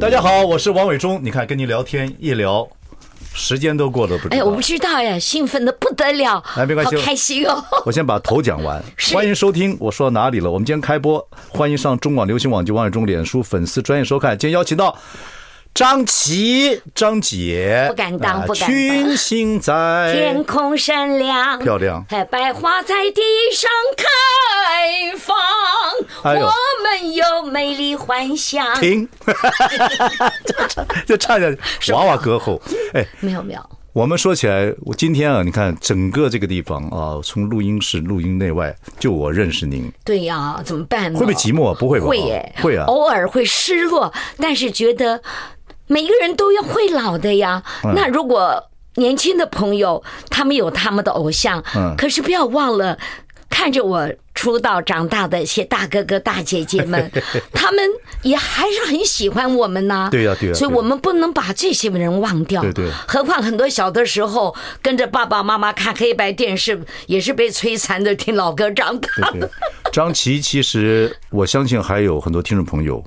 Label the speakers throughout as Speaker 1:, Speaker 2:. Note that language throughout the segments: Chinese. Speaker 1: 大家好，我是王伟忠。你看，跟您聊天一聊，时间都过得不知道。
Speaker 2: 哎呀，我不知道呀，兴奋的不得了，
Speaker 1: 哎没关系
Speaker 2: 好开心哦。
Speaker 1: 我先把头讲完。
Speaker 2: 是
Speaker 1: 欢迎收听，我说到哪里了？我们今天开播，欢迎上中广流行网及王伟忠脸书粉丝专业收看。今天邀请到张琪张姐，
Speaker 2: 不敢当
Speaker 1: 啊
Speaker 2: 不敢当
Speaker 1: 群星
Speaker 2: 天
Speaker 1: 在，
Speaker 2: 空闪亮，
Speaker 1: 哎漂亮
Speaker 2: 哎，百花在地上开放，
Speaker 1: 哎呦
Speaker 2: 我们有美丽幻想。
Speaker 1: 停， 这差点娃娃歌后。哎，
Speaker 2: 没有没有，
Speaker 1: 我们说起来，我今天啊，你看整个这个地方啊，从录音室、录音内外，就我认识您，
Speaker 2: 对呀、怎么办呢？
Speaker 1: 会不会寂寞啊？不会吧？
Speaker 2: 会耶，
Speaker 1: 会啊。
Speaker 2: 偶尔会失落，但是觉得每个人都要会老的呀。
Speaker 1: 嗯
Speaker 2: 那如果年轻的朋友他们有他们的偶像，
Speaker 1: 嗯
Speaker 2: 可是不要忘了看着我。出道长大的一些大哥哥大姐 姐们，他们也还是很喜欢我们呐、
Speaker 1: 对呀对呀
Speaker 2: 所以
Speaker 1: 对呀
Speaker 2: 我们不能把这些人忘掉。
Speaker 1: 对对
Speaker 2: 何况很多小的时候跟着爸爸妈妈看黑白电视，也是被摧残的，听老歌长大
Speaker 1: 对，张琪其实我相信还有很多听众朋友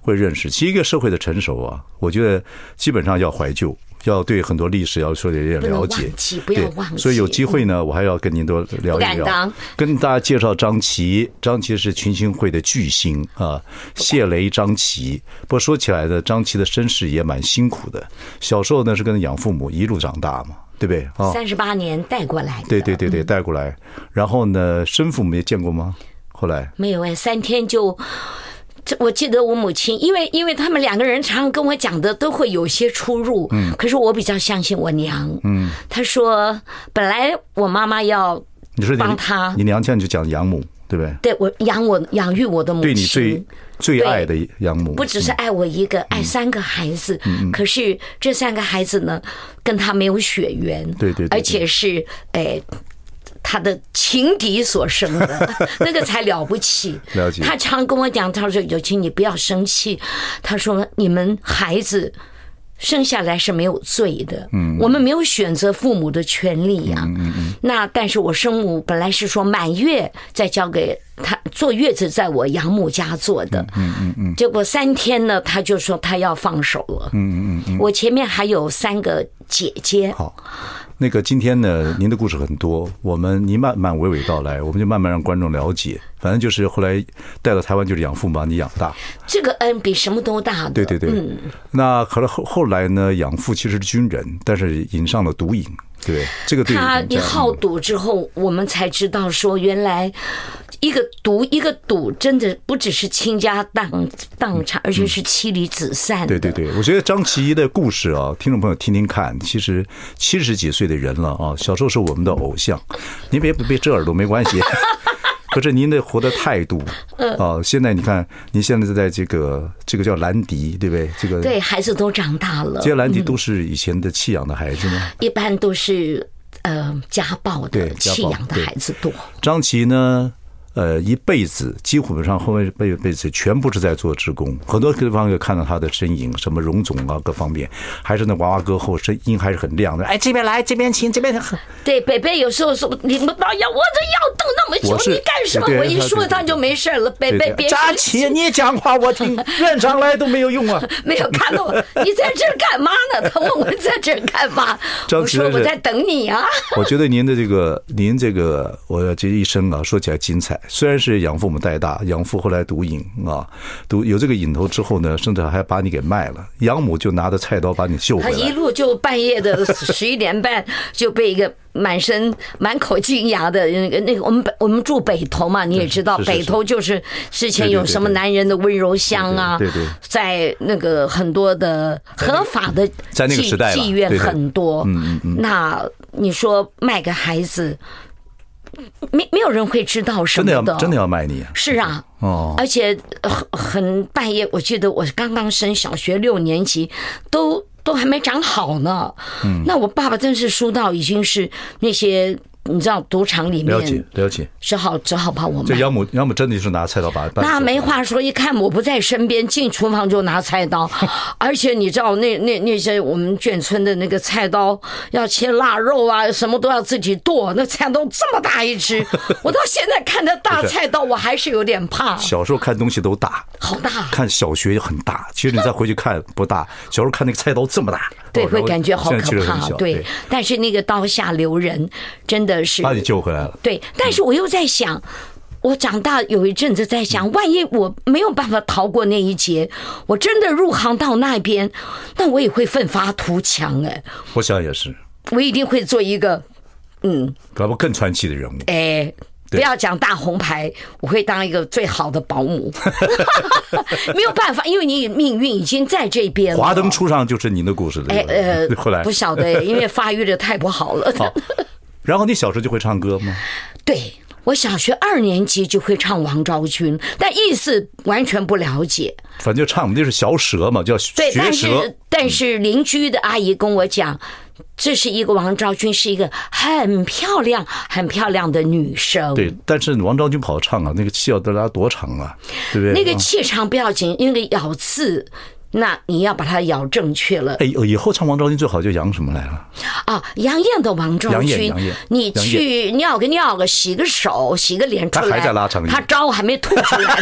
Speaker 1: 会认识。其实一个社会的成熟啊，我觉得基本上要怀旧，要对很多历史要说的有点了
Speaker 2: 不能
Speaker 1: 解
Speaker 2: 忘记，不要
Speaker 1: 对
Speaker 2: 忘，记嗯
Speaker 1: 所以有机会呢，我还要跟您多聊
Speaker 2: 不
Speaker 1: 一
Speaker 2: 敢
Speaker 1: 聊
Speaker 2: 当，
Speaker 1: 跟大家介绍张琪。张琪是群星会的巨星啊，谢雷张琪。不过说起来呢，张琪的身世也蛮辛苦的。小时候呢是跟着养父母一路长大嘛，对不对啊？
Speaker 2: 三十八年带过来的。
Speaker 1: 对对对
Speaker 2: 嗯
Speaker 1: 对，带过来。然后呢，生父母也见过吗？后来。
Speaker 2: 没有哎，三天就。这我记得我母亲，因为因为他们两个人常常跟我讲的都会有些出入，嗯，可是我比较相信我娘，嗯，她说本来我妈妈要
Speaker 1: 你说你
Speaker 2: 帮他
Speaker 1: 你娘现在就讲养母，对不对？
Speaker 2: 对我养我养育我的母
Speaker 1: 对嗯
Speaker 2: 亲，
Speaker 1: 你最最爱的养母，
Speaker 2: 不只是爱我一个，爱三个孩子。
Speaker 1: 嗯
Speaker 2: 可是这三个孩子呢，跟他没有血缘，
Speaker 1: 对对对对
Speaker 2: 而且是哎。他的情敌所生 的，那个才了不起。
Speaker 1: 了解
Speaker 2: 他常跟我讲，他说：“友情，你不要生气。”他说：“你们孩子生下来是没有罪的，嗯，我们没有选择父母的权利呀、那但是我生母本来是说满月再交给他坐月子，在我养母家做的，嗯嗯嗯。结果三天呢，他就说他要放手了，嗯嗯嗯。我前面还有三个姐姐，
Speaker 1: 好。那个今天呢，您的故事很多，我们您慢慢娓娓道来，我们就慢慢让观众了解。反正就是后来带到台湾，就是养父母把你养大，
Speaker 2: 这个恩比什么都大的，
Speaker 1: 对对对。
Speaker 2: 嗯
Speaker 1: 那可能后后来呢，养父其实是军人，但是引上了毒瘾，对不对这个对
Speaker 2: 他
Speaker 1: 你
Speaker 2: 一
Speaker 1: 们家
Speaker 2: 好赌之后，我们才知道说，原来一个赌一个赌，真的不只是倾家荡荡产，而且是妻离子散。
Speaker 1: 嗯对对。对，我觉得张琪的故事啊，听众朋友听听看，其实七十几岁的人了啊，小时候是我们的偶像，您别别遮耳朵没关系。 可是您的活的态度啊，现在你看，您现在是在这个这个叫兰迪，对不对？这个
Speaker 2: 对，孩子都长大了
Speaker 1: 这，些兰迪都是以前的弃养的孩子吗？
Speaker 2: 一般都是呃家暴的
Speaker 1: 对、家暴
Speaker 2: 弃养的
Speaker 1: 对
Speaker 2: 孩子多。
Speaker 1: 张琪呢，呃，一辈子几乎上后面辈辈子全部是在做职工，很多地方有看到他的身影，什么荣总啊，各方面，还是那娃娃歌后声音还是很亮的。哎，这边来，这边请，这边很。
Speaker 2: 对，北北有时候说你们老要我这要等那么
Speaker 1: 我是
Speaker 2: 久，你干什么？
Speaker 1: 对
Speaker 2: 我一
Speaker 1: 他
Speaker 2: 说
Speaker 1: 对对
Speaker 2: 他就没事了。北北别
Speaker 1: 扎起你讲话我听，院长来都没有用啊。
Speaker 2: 没有看到我，你在这儿干嘛呢？他问我在这儿干嘛？
Speaker 1: 张
Speaker 2: 我
Speaker 1: 琪
Speaker 2: 说
Speaker 1: 真是
Speaker 2: 我在等你啊。
Speaker 1: 我觉得您的这个，您这个，我这一生啊，说起来精彩。虽然是养父母带大，养父后来毒瘾啊，毒有这个瘾头之后呢，甚至还把你给卖了，养母就拿着菜刀把你救
Speaker 2: 他
Speaker 1: 回
Speaker 2: 一
Speaker 1: 来。
Speaker 2: 路就半 夜的十一点半就被一个满身满口金牙的那个那个我们北我们住北头嘛，你也知道
Speaker 1: 是是是
Speaker 2: 北头就是之前
Speaker 1: 对对
Speaker 2: 有
Speaker 1: 对
Speaker 2: 什么
Speaker 1: 对
Speaker 2: 男人的温柔乡啊，
Speaker 1: 对对对
Speaker 2: 在那个很多的合法的
Speaker 1: 在那个
Speaker 2: 妓
Speaker 1: 时代了
Speaker 2: 妓院
Speaker 1: 对对
Speaker 2: 很多，嗯嗯嗯，那你说卖给孩子，没没有人会知道什
Speaker 1: 真
Speaker 2: 么
Speaker 1: 的要真的要卖你啊！
Speaker 2: 是啊，
Speaker 1: 哦
Speaker 2: 而且呃很很半夜，我记得我刚刚升小学六年级，都都还没长好呢。嗯，那我爸爸真是输到已经是那些你知道赌场里
Speaker 1: 了解
Speaker 2: 面，
Speaker 1: 了解。
Speaker 2: 只好只好把我
Speaker 1: 这
Speaker 2: 卖。
Speaker 1: 养母养母真的就是拿菜刀把把
Speaker 2: 那没话说，一看我不在身边，进厨房就拿 菜刀，而且你知道那那那些我们眷村的那个菜刀，要切腊肉啊，什么都要自己剁，那菜刀这么大一 只，我到现在看那大菜刀，我还是有点怕，
Speaker 1: 小时候看东西都大，
Speaker 2: 好大。啊
Speaker 1: 看小学很大，其实你再回去看不大。小时候看那个菜刀这么大，
Speaker 2: 对，
Speaker 1: 哦
Speaker 2: 会
Speaker 1: 然后
Speaker 2: 感觉好
Speaker 1: 现在其
Speaker 2: 可
Speaker 1: 实很
Speaker 2: 怕
Speaker 1: 小。，
Speaker 2: 对，但是那个刀下留人，真的是
Speaker 1: 把你救回来了。
Speaker 2: 对，但
Speaker 1: 嗯
Speaker 2: 是我又在想，我长大有一阵子在想，
Speaker 1: 嗯
Speaker 2: 万一我没有办法逃过那一劫，我真的入行到那边，那我也会奋发图强哎、
Speaker 1: 我想也是，
Speaker 2: 我一定会做一个
Speaker 1: 搞不好更传奇的人物。
Speaker 2: 哎。不
Speaker 1: 对
Speaker 2: 要讲大红牌，我会当一个最好的保姆， 没有办法，因为你命运已经在这边了。
Speaker 1: 华灯初上就是您的故事，对不
Speaker 2: 呃
Speaker 1: 对？，后来
Speaker 2: 不晓得哎，因为发育的太不好了。
Speaker 1: 好，然后你小时候就会唱歌吗？
Speaker 2: 对我小学二年级就会唱王昭君，但意思完全不了解。
Speaker 1: 反正就唱，我们就是小舌嘛，叫
Speaker 2: 对，
Speaker 1: 学
Speaker 2: 但
Speaker 1: 舌
Speaker 2: 是。但是邻居的阿姨跟我讲，这是一个王昭君，是一个很漂亮、很漂亮的女生。
Speaker 1: 对，但是王昭君不好唱啊，那个气要得拉多长啊，对不对？
Speaker 2: 那个气场不要紧，那个咬字。那你要把它咬正确了
Speaker 1: 哎，以后唱王昭君最好就杨什么来了？
Speaker 2: 啊！杨艳的王昭
Speaker 1: 杨艳
Speaker 2: 君
Speaker 1: 杨艳，
Speaker 2: 你
Speaker 1: 杨
Speaker 2: 去尿个尿个，洗个手，洗个脸出
Speaker 1: 她
Speaker 2: 来，
Speaker 1: 还在拉长音
Speaker 2: 她招还没吐出 来，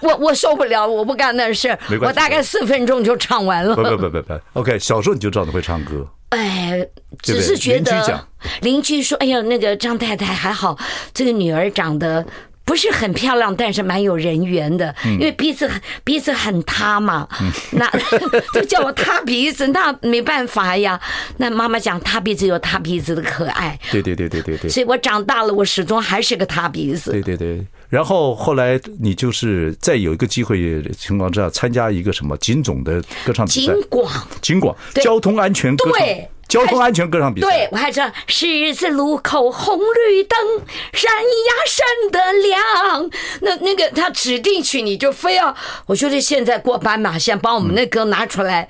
Speaker 2: 我我受不了，我不干那事儿
Speaker 1: 没，关系
Speaker 2: 我大概四分钟就唱完了。
Speaker 1: 不不不不不，OK，小时候你就知道你会唱歌，
Speaker 2: 哎，只
Speaker 1: 对
Speaker 2: 是觉
Speaker 1: 邻居
Speaker 2: 得
Speaker 1: 讲
Speaker 2: 邻居说：“哎呀，那个张太太还好，这个女儿长得不是很漂亮，但是蛮有人缘的，
Speaker 1: 嗯
Speaker 2: 因为鼻子很鼻子很塌嘛。那 就叫我塌鼻子，那没办法呀。那妈妈讲塌鼻子有塌鼻子的可爱，
Speaker 1: 对对对对对对
Speaker 2: 所以我长大了，我始终还是个塌鼻子。
Speaker 1: 对对对。然后后来你就是在有一个机会情况之下参加一个什么金总的歌唱比
Speaker 2: 尽
Speaker 1: 赛，
Speaker 2: 管
Speaker 1: 金广
Speaker 2: 对
Speaker 1: 交通安全歌唱
Speaker 2: 对，
Speaker 1: 交通安全歌唱比赛，
Speaker 2: 对，我还知道十字路口红绿灯，闪呀闪的亮。那那个他指定曲，你就非要，我觉得现在过斑马线，把我们那歌拿出来，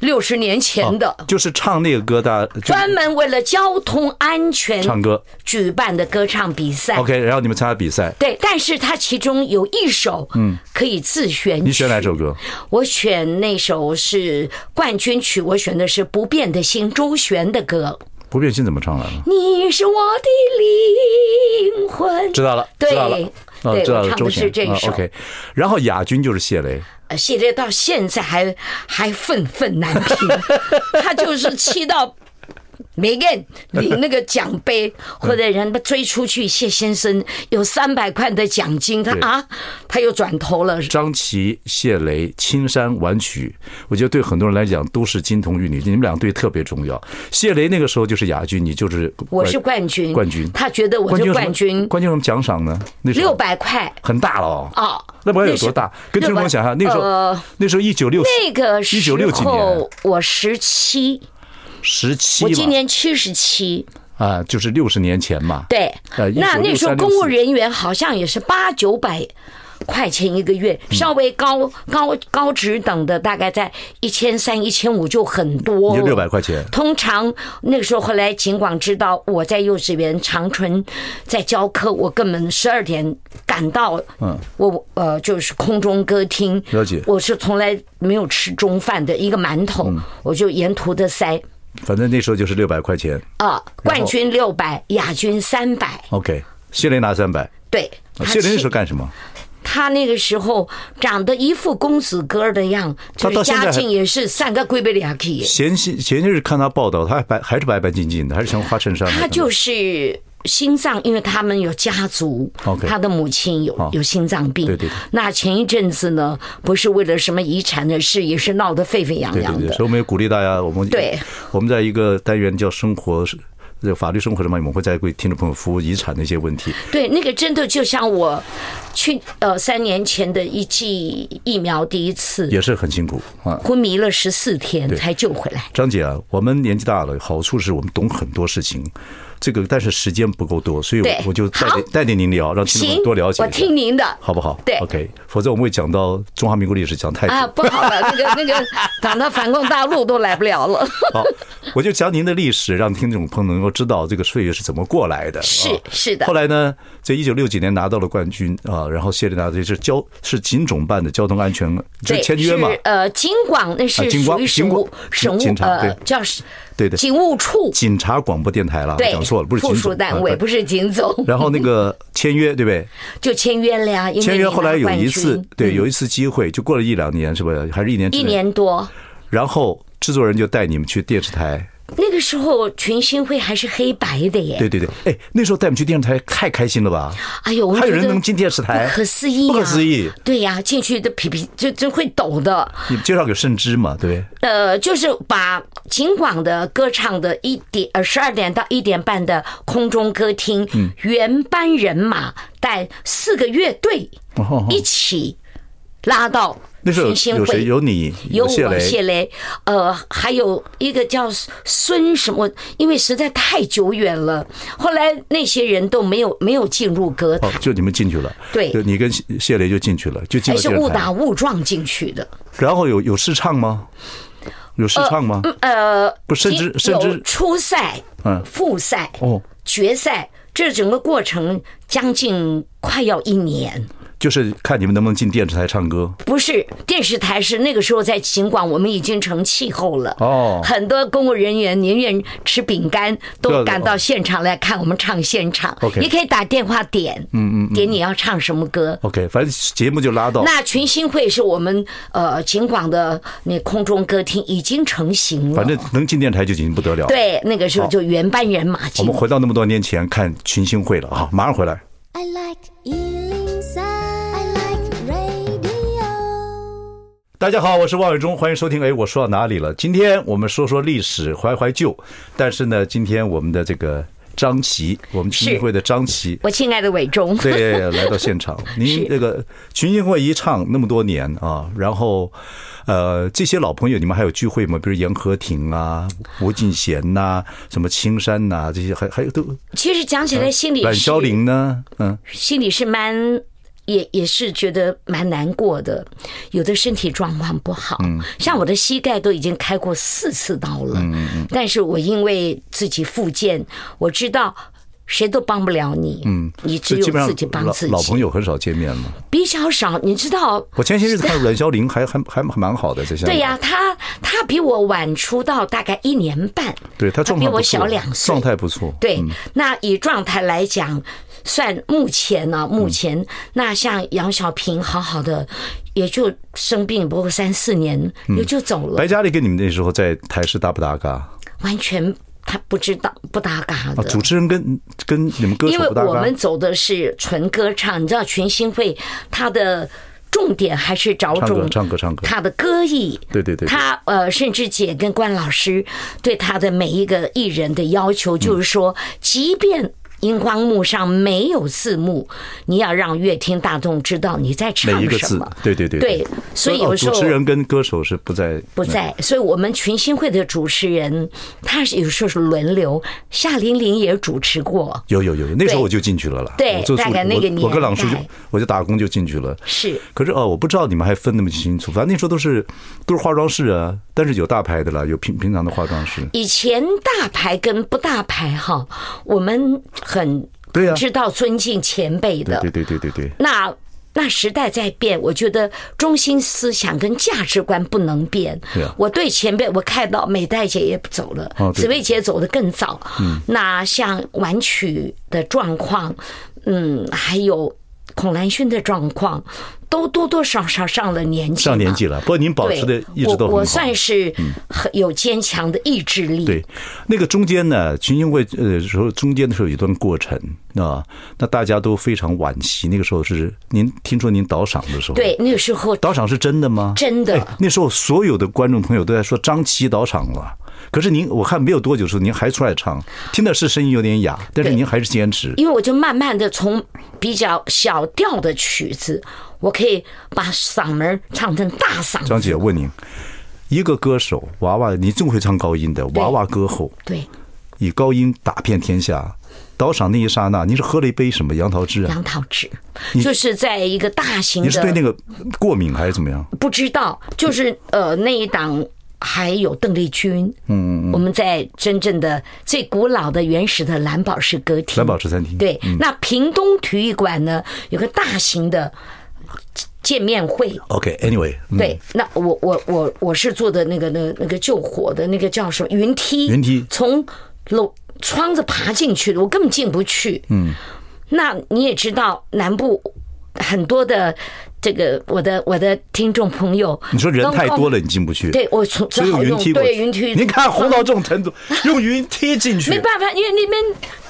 Speaker 2: 六十年前的，
Speaker 1: 哦就是唱那个歌大就
Speaker 2: 专门为了交通安全
Speaker 1: 唱歌哦
Speaker 2: 举办的歌唱比赛。
Speaker 1: ，OK，然后你们参加比赛，
Speaker 2: 对，但是它其中有一首，嗯，可以自选曲。
Speaker 1: 你选哪首歌？
Speaker 2: 我选那首是冠军曲，我选的是《不变的心》，周璇的歌。
Speaker 1: 不变心怎么唱来了？
Speaker 2: 你是我的灵魂。
Speaker 1: 知道了，
Speaker 2: 对
Speaker 1: 知道了，哦
Speaker 2: 对
Speaker 1: 知道
Speaker 2: 我
Speaker 1: 了，
Speaker 2: 唱
Speaker 1: 周
Speaker 2: 的
Speaker 1: 璇
Speaker 2: 是这一
Speaker 1: 啊
Speaker 2: 首
Speaker 1: OK，然后亚军就是谢雷，
Speaker 2: 呃谢烈到现在还还愤愤难平，他就是气到。没给领那个奖杯，或者人家追出去，谢先生有三百块的奖金，他
Speaker 1: 对
Speaker 2: 啊，他又转头了。
Speaker 1: 张琪、谢雷、青山玩曲，我觉得对很多人来讲都是金童玉女，你们两队特别重要。谢雷那个时候就是亚军，你就是
Speaker 2: 我是冠军，
Speaker 1: 冠军
Speaker 2: 他觉得我是
Speaker 1: 有什么
Speaker 2: 冠军，
Speaker 1: 冠军有什么奖赏呢？那时候
Speaker 2: 六百块
Speaker 1: 很大了哦，
Speaker 2: 哦。
Speaker 1: 那不要有
Speaker 2: 时
Speaker 1: 多大？跟听众朋友想想，那时候
Speaker 2: 呃
Speaker 1: 那时候一九六
Speaker 2: 那个时
Speaker 1: 一九六几年
Speaker 2: 候我十七，
Speaker 1: 十七
Speaker 2: 我今
Speaker 1: 嘛，
Speaker 2: 年七十七。
Speaker 1: 啊，就是六十年前嘛。
Speaker 2: 对
Speaker 1: 呃，
Speaker 2: 那
Speaker 1: 1963
Speaker 2: 那时候公务人员好像也是八九百块钱一个月，
Speaker 1: 嗯
Speaker 2: 稍微高高高职等的大概在一千三、一千五就很多
Speaker 1: 你
Speaker 2: 了，
Speaker 1: 就600块钱
Speaker 2: 通常那个时候后来尽管知道我在幼稚园长春在教课，我根本十二点赶到，嗯，我呃就是空中歌厅，
Speaker 1: 了解嗯
Speaker 2: 我是从来没有吃中饭的，一个馒头、我就沿途的塞。
Speaker 1: 反正那时候就是六百块钱。
Speaker 2: 啊，冠军六百，亚军三百，
Speaker 1: OK，谢雷拿三百，
Speaker 2: 对，他
Speaker 1: 啊谢雷那
Speaker 2: 气
Speaker 1: 时候干什么？
Speaker 2: 他那个时候长得一副公子哥儿的样，
Speaker 1: 他
Speaker 2: 就是
Speaker 1: 到现在
Speaker 2: 家
Speaker 1: 还
Speaker 2: 境也是三个龟背两去，
Speaker 1: 前些前些日看他报道，他还白还是白白净净的，还是穿花衬衫的。
Speaker 2: 他就是。心脏，因为他们有家族
Speaker 1: OK
Speaker 2: 他的母亲有
Speaker 1: 好
Speaker 2: 有心脏病。
Speaker 1: 对对对
Speaker 2: 那前一阵子呢，不是为了什么遗产的事，也是闹得沸沸扬
Speaker 1: 对
Speaker 2: 扬
Speaker 1: 对对，
Speaker 2: 的
Speaker 1: 所以。我们也鼓励大家，我们
Speaker 2: 对，
Speaker 1: 我们在一个单元叫生活。这个法律生活什么，我们会在为听众朋友服务遗产的一些问题。
Speaker 2: 对，那个真的就像我去呃三年前的一剂疫苗第一次，
Speaker 1: 也是很辛苦啊。
Speaker 2: 昏迷了十四天才救回来。
Speaker 1: 张姐啊，我们年纪大了，好处是我们懂很多事情，这个但是时间不够多，所以
Speaker 2: 对
Speaker 1: 我我就带
Speaker 2: 好
Speaker 1: 着带着您聊，让听众朋
Speaker 2: 行
Speaker 1: 友多了，解
Speaker 2: 我
Speaker 1: 一下
Speaker 2: 听，您的。
Speaker 1: 好不好？
Speaker 2: 对
Speaker 1: ，OK，否则我们会讲到中华民国历史讲太久。
Speaker 2: 啊，不好了，那个那个，讲到反共大陆都来不了了。
Speaker 1: 好，我就讲您的历史，让听众朋友能够知道这个岁月是怎么过来的。
Speaker 2: 是
Speaker 1: 啊
Speaker 2: 是的
Speaker 1: 后来呢，这一九六几年拿到了冠军啊，然后谢丽娜就是交是警总办的交通安全就
Speaker 2: 对，
Speaker 1: 签约嘛
Speaker 2: 是，呃，警广那是
Speaker 1: 啊警
Speaker 2: 属
Speaker 1: 广
Speaker 2: 于省务
Speaker 1: 警
Speaker 2: 省
Speaker 1: 广
Speaker 2: 务
Speaker 1: 警察
Speaker 2: 呃
Speaker 1: 对
Speaker 2: 叫
Speaker 1: 对对
Speaker 2: 警务处
Speaker 1: 警察广播电台啦，我
Speaker 2: 对
Speaker 1: 讲错了，不是
Speaker 2: 附
Speaker 1: 警
Speaker 2: 属
Speaker 1: 总啊
Speaker 2: 单位，不
Speaker 1: 是。
Speaker 2: 是警总，
Speaker 1: 然后那个签约对不对？
Speaker 2: 就签约了呀。因为
Speaker 1: 签
Speaker 2: 你
Speaker 1: 约
Speaker 2: 拿
Speaker 1: 后来有一次
Speaker 2: 冠军，嗯
Speaker 1: 对，有一次机会，就过了一两年，是不是？还是一年之
Speaker 2: 一
Speaker 1: 内？
Speaker 2: 年多，
Speaker 1: 然后制作人就带你们去电视台，
Speaker 2: 那个时候群星会还是黑白的耶。
Speaker 1: 对对对，哎，那时候带我们去电视台太开心了吧？
Speaker 2: 哎呦，我
Speaker 1: 还有人
Speaker 2: 觉得
Speaker 1: 能进电视台
Speaker 2: 不可思议、啊，
Speaker 1: 不可思议。
Speaker 2: 对呀、进去的皮皮就就会抖的。
Speaker 1: 你们介绍给盛之嘛，对不对？
Speaker 2: 呃，就是把景广的歌唱的一点呃十二点到一点半的空中歌厅，
Speaker 1: 嗯
Speaker 2: 原班人马带四个乐队
Speaker 1: 哦
Speaker 2: 一起拉到
Speaker 1: 那时候
Speaker 2: 群
Speaker 1: 有
Speaker 2: 星
Speaker 1: 有谁？
Speaker 2: 会。
Speaker 1: 有你，
Speaker 2: 有
Speaker 1: 谢
Speaker 2: 我谢
Speaker 1: 雷，
Speaker 2: 雷，呃，还有一个叫孙什么，因为实在太久远了，后来那些人都没有没有进入歌坛
Speaker 1: 哦，，就你们进去了。
Speaker 2: 对
Speaker 1: 就你跟谢谢雷就进去了，就进
Speaker 2: 还
Speaker 1: 了
Speaker 2: 是
Speaker 1: 电视
Speaker 2: 误
Speaker 1: 台
Speaker 2: 打。误撞进去的。
Speaker 1: 然后有有试唱吗？有试唱吗？
Speaker 2: 呃，
Speaker 1: 不甚至
Speaker 2: 有
Speaker 1: 甚至
Speaker 2: 初赛、
Speaker 1: 嗯
Speaker 2: 复赛、
Speaker 1: 哦
Speaker 2: 决赛，这整个过程将近快要一年。
Speaker 1: 就是看你们能不能进电视台唱歌。
Speaker 2: 不是电视台是那个时候在尽管我们已经成气候了
Speaker 1: 哦
Speaker 2: 很多公务人员宁愿吃饼干
Speaker 1: 对
Speaker 2: 都
Speaker 1: 啊
Speaker 2: 赶
Speaker 1: 哦
Speaker 2: 到现场来看我们唱现场
Speaker 1: OK
Speaker 2: 也可以打电话点，嗯嗯，点你要唱什么歌，
Speaker 1: OK，反正节目就拉到。
Speaker 2: 那群星会是我们呃景广的那空中歌厅已经成型了，
Speaker 1: 反正能进电台就已经不得了。，
Speaker 2: 对那个时候就原班人马
Speaker 1: 我
Speaker 2: 进
Speaker 1: 们回到那么多年前看群星会了啊，马上回来。
Speaker 3: I like Ealing Sound. I like radio.
Speaker 1: 大家好，我是王伟忠，欢迎收听。哎，我说到哪里了？今天我们说说历史，怀怀旧。但是呢，今天我们的这个张琪，我们群星会的张琪，
Speaker 2: 我亲爱的伟忠，
Speaker 1: 对，来到现场。您这个群星会一唱那么多年啊，然后呃，这些老朋友你们还有聚会吗？比如严和庭啊、吴敬贤呐、什么青山呐、这些还还有都
Speaker 2: 其实讲起来心里
Speaker 1: 阮
Speaker 2: 是
Speaker 1: 萧玲呢，嗯，
Speaker 2: 心里是蛮。也也是觉得蛮难过的，有的身体状况不好，
Speaker 1: 嗯
Speaker 2: 像我的膝盖都已经开过四次刀了，
Speaker 1: 嗯
Speaker 2: 但是我因为自己复健，我知道谁都帮不了你，你
Speaker 1: 所嗯
Speaker 2: 只
Speaker 1: 以基本
Speaker 2: 有自己
Speaker 1: 上
Speaker 2: 帮
Speaker 1: 老
Speaker 2: 自己。
Speaker 1: 老朋友很少见面了。
Speaker 2: 比较少，你知道，
Speaker 1: 我前些日子 看阮萧玲还还还还蛮好的，在香港
Speaker 2: 对呀、他他比我晚出道大概一年半，
Speaker 1: 对他状
Speaker 2: 比
Speaker 1: 态不
Speaker 2: 我
Speaker 1: 错，
Speaker 2: 小两岁
Speaker 1: 状，态不错。
Speaker 2: 对，那以状态来讲，算目前呢、目前、那像杨小平好好的，也就生病不过三四年，
Speaker 1: 嗯
Speaker 2: 也就走了，
Speaker 1: 白嘉丽跟你们那时候在台视搭不搭嘎啊？
Speaker 2: 完全他不知道不搭嘎的。
Speaker 1: 哦主持人跟跟你们歌
Speaker 2: 因
Speaker 1: 手
Speaker 2: 为
Speaker 1: 不搭
Speaker 2: 我
Speaker 1: 嘎
Speaker 2: 们。走的是纯歌唱，你知道群星会它的重点还是着
Speaker 1: 唱歌
Speaker 2: 重
Speaker 1: 唱歌唱歌
Speaker 2: 他的歌艺，
Speaker 1: 对对对对
Speaker 2: 他呃，甚至姐跟关老师对他的每一个艺人的要求，就是说，
Speaker 1: 嗯
Speaker 2: 即便。荧光幕上没有字幕，你要让乐听大众知道你在唱
Speaker 1: 每一个
Speaker 2: 什
Speaker 1: 字
Speaker 2: 么。，
Speaker 1: 对对对
Speaker 2: 对，所以
Speaker 1: 哦
Speaker 2: 有时候
Speaker 1: 主持人嗯跟歌手是不在
Speaker 2: 不在，所以我们群星会的主持人，他是有时候是轮流，夏玲玲也主持过，
Speaker 1: 有有有，那时候
Speaker 2: 对
Speaker 1: 我就进去了啦。
Speaker 2: 对
Speaker 1: 我做
Speaker 2: 大概
Speaker 1: 助
Speaker 2: 那个
Speaker 1: 我我跟
Speaker 2: 年
Speaker 1: 朗叔就
Speaker 2: 代
Speaker 1: 我就打工就进去了。
Speaker 2: 是
Speaker 1: 可是哦，我不知道你们还分那么清楚，反正那时候都是都是化妆室啊，但是有大牌的啦，有平平常的化妆室。
Speaker 2: 以前大牌跟不大牌哈，我们很
Speaker 1: 对呀
Speaker 2: 知道尊敬前辈的。
Speaker 1: 对对对对对，
Speaker 2: 那那时代在变，我觉得中心思想跟价值观不能变。
Speaker 1: 对啊
Speaker 2: 我对前辈，我看到美代姐也走了，
Speaker 1: 哦对嗯
Speaker 2: 紫薇姐走得更早。那像晚曲的状况，嗯，还有孔兰勋的状况，都多多少少上了年纪嘛。
Speaker 1: 上年纪了，不过您保
Speaker 2: 对，
Speaker 1: 持的一直都很好。嗯
Speaker 2: 我我算是很有坚强的意志力。
Speaker 1: 对，那个中间呢，群星会呃时候中间的时候有一段过程啊，那大家都非常惋惜。那个时候是您听说您倒赏的时候，
Speaker 2: 对，，那个时候
Speaker 1: 倒赏是真的吗？
Speaker 2: 真的
Speaker 1: 哎那时候所有的观众朋友都在说张琪倒场了，可是您我看没有多久的时候您还出来唱，听的是声音有点哑，但是
Speaker 2: 对
Speaker 1: 您还是坚持。
Speaker 2: 因为我就慢慢的从比较小调的曲子，我可以把嗓门儿唱成大嗓
Speaker 1: 张
Speaker 2: 子。
Speaker 1: 姐，我问您，一个歌手娃娃，你总会唱高音的，娃娃歌后
Speaker 2: 对，
Speaker 1: 以高音打遍天下。倒赏那一刹那，你是喝了一杯什么杨桃汁啊？
Speaker 2: 杨桃汁，就是在一个大型
Speaker 1: 你是对那
Speaker 2: 的，
Speaker 1: 个过敏还是怎么样？
Speaker 2: 不知道，就是呃那一档。还有邓丽君，嗯，我们在真正的最古老的原始的蓝宝石歌厅，
Speaker 1: 蓝宝石餐厅，嗯
Speaker 2: 对，那屏东体育馆呢有个大型的见面会，
Speaker 1: ，OK，Anyway，、嗯、
Speaker 2: 对，那我我我我是做的那个那个那个救火的那个叫什么云梯，
Speaker 1: 云梯
Speaker 2: 从楼窗子爬进去的，我根本进不去。嗯，那你也知道南部很多的这个我的我的听众朋友，
Speaker 1: 你说人太多
Speaker 2: 了，
Speaker 1: 了，你进不去，
Speaker 2: 对我从
Speaker 1: 所以
Speaker 2: 只好
Speaker 1: 用云
Speaker 2: 用
Speaker 1: 梯过去。
Speaker 2: 对云梯，嗯
Speaker 1: 您看红到这种程度，用云梯进去
Speaker 2: 没，办法，因为那边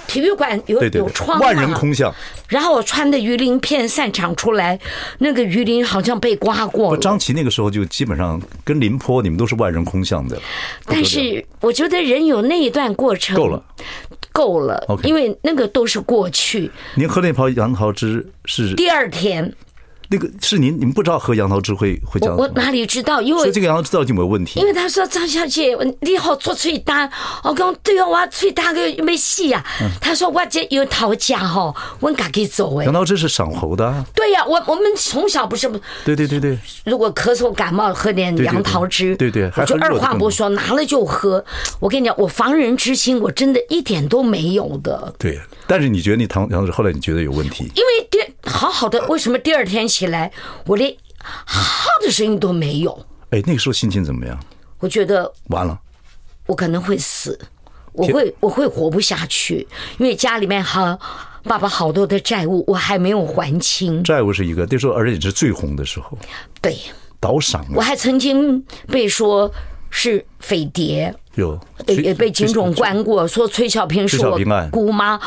Speaker 2: 体育馆有
Speaker 1: 对对
Speaker 2: 有
Speaker 1: 对，
Speaker 2: 窗啊
Speaker 1: 万人
Speaker 2: 嘛
Speaker 1: 空巷。
Speaker 2: 然后我穿的鱼鳞片散场出来，那个鱼鳞好像被刮过
Speaker 1: 不，
Speaker 2: 了。
Speaker 1: 哦张琪那个时候就基本上跟林坡，你们都是万人空巷的，
Speaker 2: 但是我觉得人有那一段过程
Speaker 1: 够了，。
Speaker 2: 够了
Speaker 1: OK
Speaker 2: 因为那个都是过去。
Speaker 1: 您喝那泡杨桃汁是
Speaker 2: 第二天
Speaker 1: 那个是您，你们不知道喝杨桃汁会会这
Speaker 2: 我
Speaker 1: 样
Speaker 2: 我
Speaker 1: 子吗，
Speaker 2: 哪里知道？因
Speaker 1: 所以
Speaker 2: 为
Speaker 1: 这个杨桃汁到底有没有问题
Speaker 2: 因？为他说张小姐你好做喙干，我讲对啊，我喙干个没戏啊。
Speaker 1: 嗯
Speaker 2: 他说我这有头家吼，我家己做诶
Speaker 1: 杨。桃汁是赏喉的、啊，
Speaker 2: 对呀、我我们从小不是
Speaker 1: 对对对对，
Speaker 2: 如果咳嗽感冒喝点
Speaker 1: 对对
Speaker 2: 杨桃汁，
Speaker 1: 对对还
Speaker 2: 我就
Speaker 1: 喝热的
Speaker 2: 二话不说拿了就喝。我跟你讲，我防人之心我真的一点都没有的，
Speaker 1: 对。但是你觉得那糖杨桃汁后来你觉得有问题，
Speaker 2: 因为第好好的，为什么第二天起来我连哈的声音都没有？
Speaker 1: 哎，那个时候心情怎么样？
Speaker 2: 我觉得
Speaker 1: 完了，
Speaker 2: 我可能会死，我会我会活不下去，因为家里面好爸爸好多的债务我还没有还清，
Speaker 1: 债务是一个，那时候而且你是最红的时候，
Speaker 2: 对
Speaker 1: 倒赏
Speaker 2: 我
Speaker 1: 啊，
Speaker 2: 还曾经被说是匪谍，
Speaker 1: 有
Speaker 2: 也也被警种关过，说崔小平是
Speaker 1: 崔小
Speaker 2: 我
Speaker 1: 平案嗯
Speaker 2: 姑妈。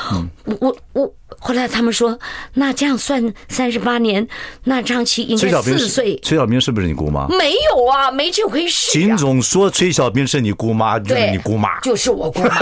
Speaker 2: 我我我，后来他们说，那这样算三十八年，那张琪应
Speaker 1: 崔
Speaker 2: 该
Speaker 1: 小
Speaker 2: 四
Speaker 1: 平是
Speaker 2: 岁，
Speaker 1: 崔小平是不是你姑妈？
Speaker 2: 没有啊，没这回事、啊。
Speaker 1: 秦总说崔小平是你姑妈，就是
Speaker 2: 对，
Speaker 1: 你姑妈，
Speaker 2: 就是 我姑妈。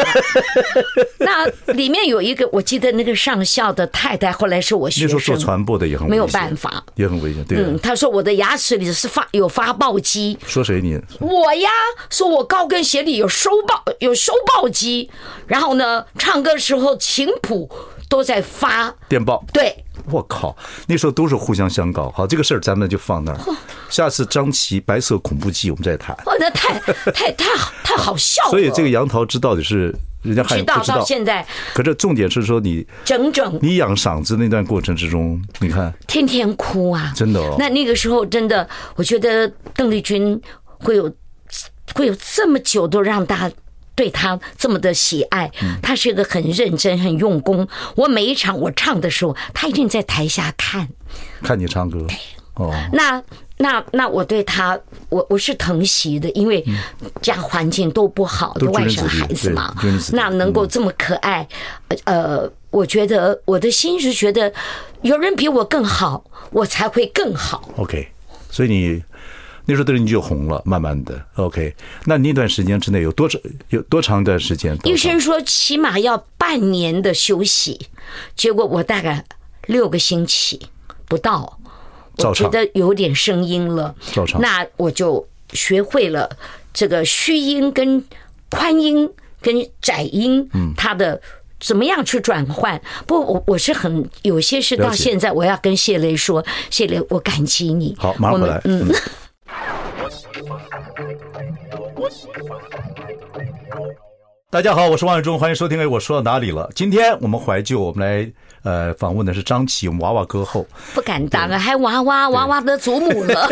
Speaker 2: 那里面有一个，我记得那个上校的太太，后来是我
Speaker 1: 那
Speaker 2: 学
Speaker 1: 时候做
Speaker 2: 生，
Speaker 1: 传播的也很危
Speaker 2: 没有
Speaker 1: 险
Speaker 2: 办法。
Speaker 1: 也很危险，对、
Speaker 2: 嗯，他说我的牙齿里是发有发报机，
Speaker 1: 说谁你？
Speaker 2: 我呀，说我高跟鞋里有收报有收报机，然后呢，唱歌时候琴谱都在发，
Speaker 1: 电报。
Speaker 2: 对，
Speaker 1: 我靠，那时候都是互相相告。好，这个事儿咱们就放那儿。下次张琪《白色恐怖记》我们再谈。
Speaker 2: 哦，那太太太太好笑了。
Speaker 1: 所以这个杨桃汁到底是人家还
Speaker 2: 直
Speaker 1: 不
Speaker 2: 到
Speaker 1: 知
Speaker 2: 到
Speaker 1: 道。
Speaker 2: 现在，
Speaker 1: 可是重点是说你
Speaker 2: 整整
Speaker 1: 你养嗓子那段过程之中，你看
Speaker 2: 天天哭啊，
Speaker 1: 真的哦
Speaker 2: 那那个时候真的，我觉得邓丽君会有会有这么久都让大家。对她这么的喜爱，
Speaker 1: 嗯
Speaker 2: 她是一个很认真、很用功。我每一场我唱的时候，她一定在台下看。
Speaker 1: 看你唱歌哦，
Speaker 2: 那那那我对他，我我是疼惜的，因为家环境都不好，
Speaker 1: 嗯都
Speaker 2: 外
Speaker 1: 知
Speaker 2: 省
Speaker 1: 人子弟
Speaker 2: 孩子嘛
Speaker 1: 对知人子，弟
Speaker 2: 那能够这么可爱，呃，我觉得我的心是觉得有人比我更好，我才会更好。
Speaker 1: OK，所以你那时候对你就红了，慢慢的 OK。那那段时间之内有多长有多长一段时间？
Speaker 2: 医生说起码要半年的休息，结果我大概六个星期不到，
Speaker 1: 照
Speaker 2: 我觉
Speaker 1: 唱
Speaker 2: 得有点声音了
Speaker 1: 照唱，
Speaker 2: 那我就学会了这个虚音跟宽音跟窄音，
Speaker 1: 嗯
Speaker 2: 它的。怎么样去转换？不，我我是很有些事
Speaker 1: 了
Speaker 2: 到
Speaker 1: 解
Speaker 2: 现在，我要跟谢雷说，谢雷，我感激你。
Speaker 1: 好，马上回来。嗯， 大家好，我是王伟忠，欢迎收听。哎，我说到哪里了？今天我们怀旧，我们来呃访问的是张琪，我们娃娃歌后。
Speaker 2: 不敢当啊，还娃娃娃娃的祖母了，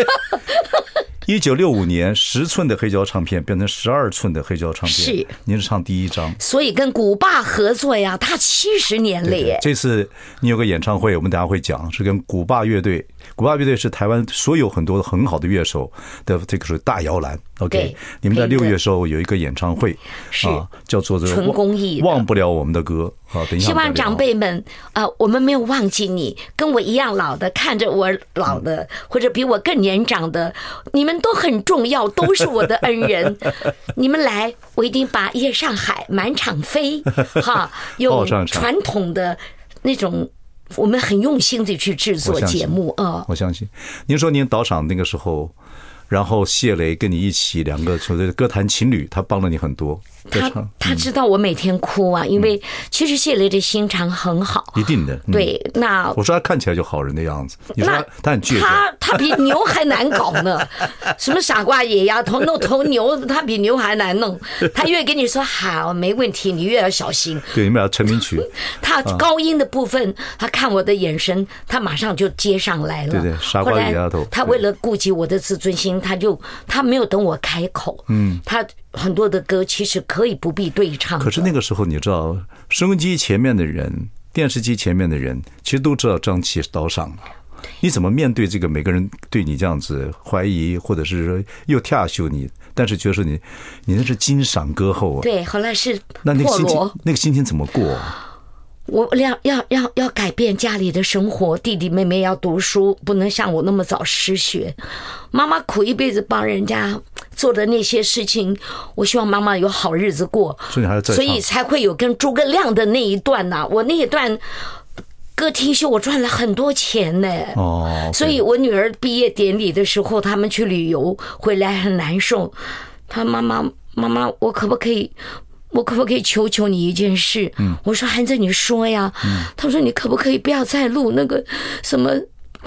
Speaker 1: 一九六五年，十寸的黑胶唱片变成十二寸的黑胶唱片，
Speaker 2: 是
Speaker 1: 您是唱第一张。
Speaker 2: 所以跟古巴合作呀，他七十年了
Speaker 1: 对
Speaker 2: 耶
Speaker 1: 对。这次你有个演唱会，我们等一下会讲，是跟古巴乐队。古巴乐队是台湾所有很多很好的乐手的这个是大摇篮。OK，
Speaker 2: 对
Speaker 1: 你们在
Speaker 2: 陪着
Speaker 1: 六月时候有一个演唱会，
Speaker 2: 是
Speaker 1: 啊，叫做这个
Speaker 2: 纯
Speaker 1: 忘
Speaker 2: 公益的
Speaker 1: 忘不了我们的歌啊。等一下
Speaker 2: 希
Speaker 1: 我们再聊
Speaker 2: 望长辈们，呃，我们没有忘记你，跟我一样老的，看着我老 的，或者比我更年长的，你们都很重要，都是我的恩人。 你们来，我一定把夜上海满场 飞，哈，用
Speaker 1: 报上场
Speaker 2: 传统的那种，我们很用心的去制
Speaker 1: 我
Speaker 2: 作
Speaker 1: 相信
Speaker 2: 节目啊、呃
Speaker 1: 我相信您说您导赏那个时候，然后谢磊跟你一起两个所谓的歌坛情侣，他帮了你很多。歌
Speaker 2: 他
Speaker 1: 唱
Speaker 2: 他知道我每天哭啊，因为其实谢雷的心肠很好。
Speaker 1: 一定的，嗯，
Speaker 2: 对，那
Speaker 1: 我说他看起来就好人的样子，你说
Speaker 2: 那
Speaker 1: 他他很倔强，
Speaker 2: 他他比牛还难搞呢，什么傻瓜野丫头弄头牛，他比牛还难弄。他越跟你说好没问题，你越要小心。
Speaker 1: 对，你们俩成名曲，
Speaker 2: 他
Speaker 1: 啊
Speaker 2: 高音的部分，他看我的眼神，他马上就接上来了。
Speaker 1: 对对傻瓜
Speaker 2: 后来
Speaker 1: 野丫头
Speaker 2: 他
Speaker 1: 对
Speaker 2: 为了顾及我的自尊心，他就他没有等我开口。嗯，他很多的歌其实可以不必对唱的。
Speaker 1: 可是那个时候，你知道，收音机前面的人、电视机前面的人，其实都知道张琪是刀上了。你怎么面对这个每个人对你这样子怀疑，或者是说又跳秀你，但是觉得说你，你那是金赏歌后啊？
Speaker 2: 对，后来是
Speaker 1: 那那个
Speaker 2: 破
Speaker 1: 心情
Speaker 2: 锣，，
Speaker 1: 那个心情怎么过啊？
Speaker 2: 我要要要要改变家里的生活，弟弟妹妹要读书，不能像我那么早失学。妈妈苦一辈子帮人家做的那些事情，我希望妈妈有好日子过，
Speaker 1: 所以还要再
Speaker 2: 所以
Speaker 1: 唱。
Speaker 2: 才会有跟诸葛亮的那一段呐、我那一段歌厅秀，我赚了很多钱呢、
Speaker 1: 哦，
Speaker 2: 所以我女儿毕业典礼的时候，他们去旅游回来很难受。她妈妈，妈妈，我可不可以？我可不可以求求你一件事？嗯，我说韩正，你说呀。嗯，他说你可不可以不要再录那个什么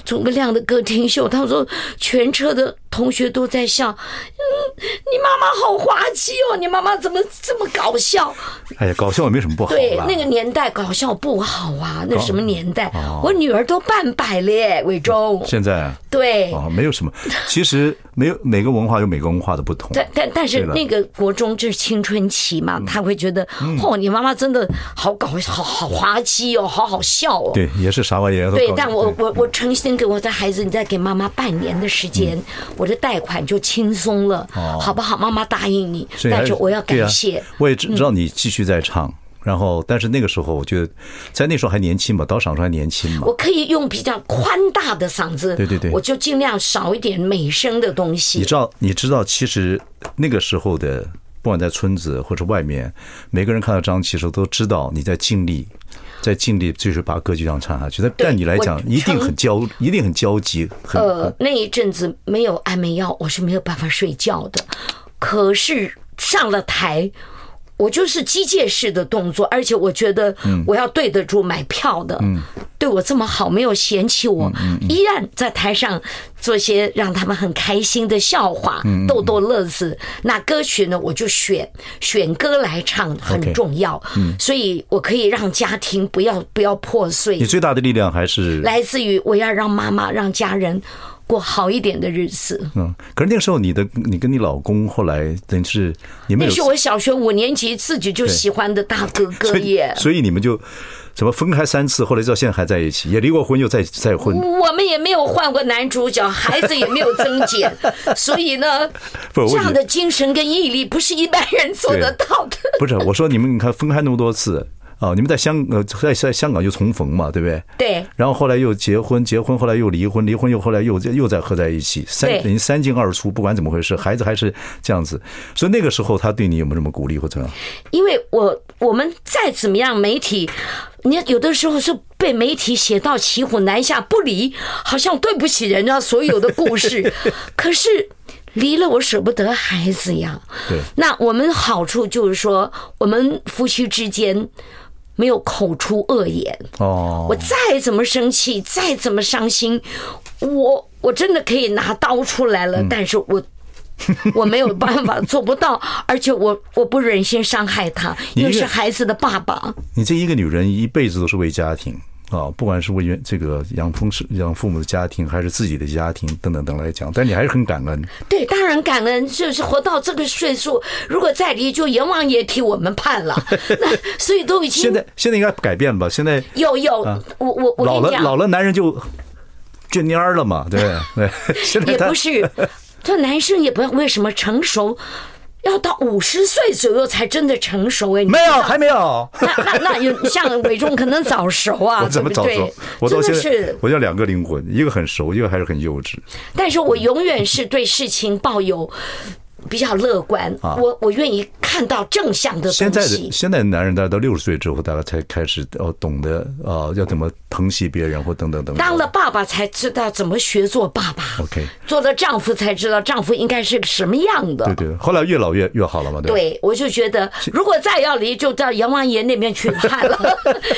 Speaker 2: 诸葛亮的歌厅秀？他说全车的同学都在笑，嗯，你妈妈好滑稽哦，你妈妈怎么这么搞笑？
Speaker 1: 哎呀，搞笑也没什么不好
Speaker 2: 对，
Speaker 1: 啦。
Speaker 2: 那个年代搞笑不好啊，那什么年代？
Speaker 1: 哦
Speaker 2: 我女儿都半百了耶，伟忠。
Speaker 1: 现在啊
Speaker 2: 对，
Speaker 1: 哦，没有什么，其实没有每个文化有每个文化的不嗯同。
Speaker 2: 但但但是
Speaker 1: 对了
Speaker 2: 那个国中这是青春期嘛，他会觉得，哦，你妈妈真的好搞，好好滑稽哦，好好笑哦。
Speaker 1: 对，也是傻瓜爷。
Speaker 2: 对，但我
Speaker 1: 嗯
Speaker 2: 我我诚心给我的孩子，你再给妈妈半年的时间，我的贷款就轻松了，
Speaker 1: 嗯哦
Speaker 2: 好不好？妈妈答应你，
Speaker 1: 所以还
Speaker 2: 但是我要
Speaker 1: 对
Speaker 2: 感谢。
Speaker 1: 啊。我也知知道你继续在唱，然后但是那个时候，我觉得在那时候还年轻嘛，到场上还年轻嘛
Speaker 2: 我。可以用比较宽大的嗓子，
Speaker 1: 对对对
Speaker 2: 我就尽量少一点美声的东西。
Speaker 1: 你知道，你知道，其实那个时候的，不管在村子或者外面，每个人看到张琪的时候都知道你在尽力，在尽力继续把歌剧这样唱下去。但但你来讲
Speaker 2: 我，
Speaker 1: 一定
Speaker 2: 称
Speaker 1: 很焦，一定很焦急，很
Speaker 2: 呃，那一阵子没有安眠药，我是没有办法睡觉的。可是上了台，我就是机械式的动作，而且我觉得我要对得住买票的，对我这么好，没有嫌弃我，依然在台上做些让他们很开心的笑话，逗逗乐子。那歌曲呢，我就选选歌来唱，很
Speaker 1: OK
Speaker 2: 重要，所以我可以让家庭不要不要破碎
Speaker 1: 你。最大的力量还是
Speaker 2: 来自于我要让妈妈、让家人过好一点的日子。
Speaker 1: 嗯。可是那个时候，你的你跟你老公后来等于是你们
Speaker 2: 那
Speaker 1: 有
Speaker 2: 是我小学五年级自己就喜欢的大哥哥
Speaker 1: 所以
Speaker 2: 耶。
Speaker 1: 所以你们就怎么分开三次，后来到现在还在一起，也离过婚又再再婚，
Speaker 2: 我们也没有换过男主角，孩子也没有增 减，所以呢，
Speaker 1: 不我
Speaker 2: 这样
Speaker 1: 觉
Speaker 2: 的精神跟毅力不是一般人做得到的。
Speaker 1: 不是，我说你们你看分开那么多次啊，你们在香呃在在香港又重逢嘛，对不对？
Speaker 2: 对
Speaker 1: 然后后来又结婚，结婚后来又离婚，离婚又后来又又再合在一起，三
Speaker 2: 对
Speaker 1: 等于三进二出，不管怎么回事，孩子还是这样子。所以那个时候他对你有没有什么鼓励或怎么样？
Speaker 2: 因为我我们再怎么样，媒体，你有的时候是被媒体写到骑虎难下不离，好像对不起人家所有的故 事。可是离了，我舍不得孩子呀。
Speaker 1: 对
Speaker 2: 那我们好处就是说，我们夫妻之间没有口出恶言。
Speaker 1: 哦，
Speaker 2: 我再怎么生气，再怎么伤心，我我真的可以拿刀出来
Speaker 1: 嗯
Speaker 2: 了，但是我。 我没有办法，做不到，而且我我不忍心伤害他，
Speaker 1: 你
Speaker 2: 因为
Speaker 1: 一个
Speaker 2: 是孩子的爸爸。
Speaker 1: 你这一个女人一辈子都是为家庭啊，不管是为原这个养父是养父母的家庭，还是自己的家庭等等等来讲，但你还是很感恩。
Speaker 2: 对，当然感恩，就是活到这个岁数，如果再离，就阎王爷替我们 判了。那所以都已经
Speaker 1: 现在现在应该改变吧？现在
Speaker 2: 有有，我我我
Speaker 1: 老
Speaker 2: 跟你
Speaker 1: 了
Speaker 2: 讲，
Speaker 1: 老了，男人就就蔫儿了嘛，对不 对对。现 在
Speaker 2: 也
Speaker 1: 他
Speaker 2: 不是，这男生也不知道为什么成熟，要到五十岁左右才真的成熟哎、你
Speaker 1: 没有，还没有。
Speaker 2: 那那那有像伟忠可能早熟啊，
Speaker 1: 我怎么早
Speaker 2: 对不
Speaker 1: 说
Speaker 2: 对？
Speaker 1: 我到
Speaker 2: 真
Speaker 1: 现
Speaker 2: 的
Speaker 1: 在
Speaker 2: 是，，
Speaker 1: 我叫两个灵魂，一个很熟，一个还是很幼稚。
Speaker 2: 但是我永远是对事情抱有比较乐观，我我愿意看。看到正向的
Speaker 1: 啊现
Speaker 2: 东
Speaker 1: 在
Speaker 2: 西
Speaker 1: 的。现在的男人，大概到六十岁之后，大概才开始哦懂得啊、呃要怎么疼惜别人或等等等等。
Speaker 2: 当了爸爸才知道怎么学做爸爸
Speaker 1: OK
Speaker 2: 做了丈夫才知道丈夫应该是个什么样的。
Speaker 1: 对对，后来越老越越好了嘛，对吧？
Speaker 2: 对，我就觉得如果再要离，就到阎王爷那边去 判了。